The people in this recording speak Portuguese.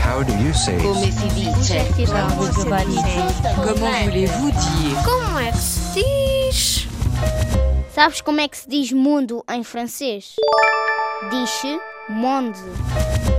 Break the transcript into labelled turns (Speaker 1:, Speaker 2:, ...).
Speaker 1: How do you say it?
Speaker 2: Come si dice?
Speaker 3: Comment voulez-vous dire
Speaker 4: Como é que se diz?
Speaker 5: Sabes como é que se diz mundo em francês? Diz-se monde.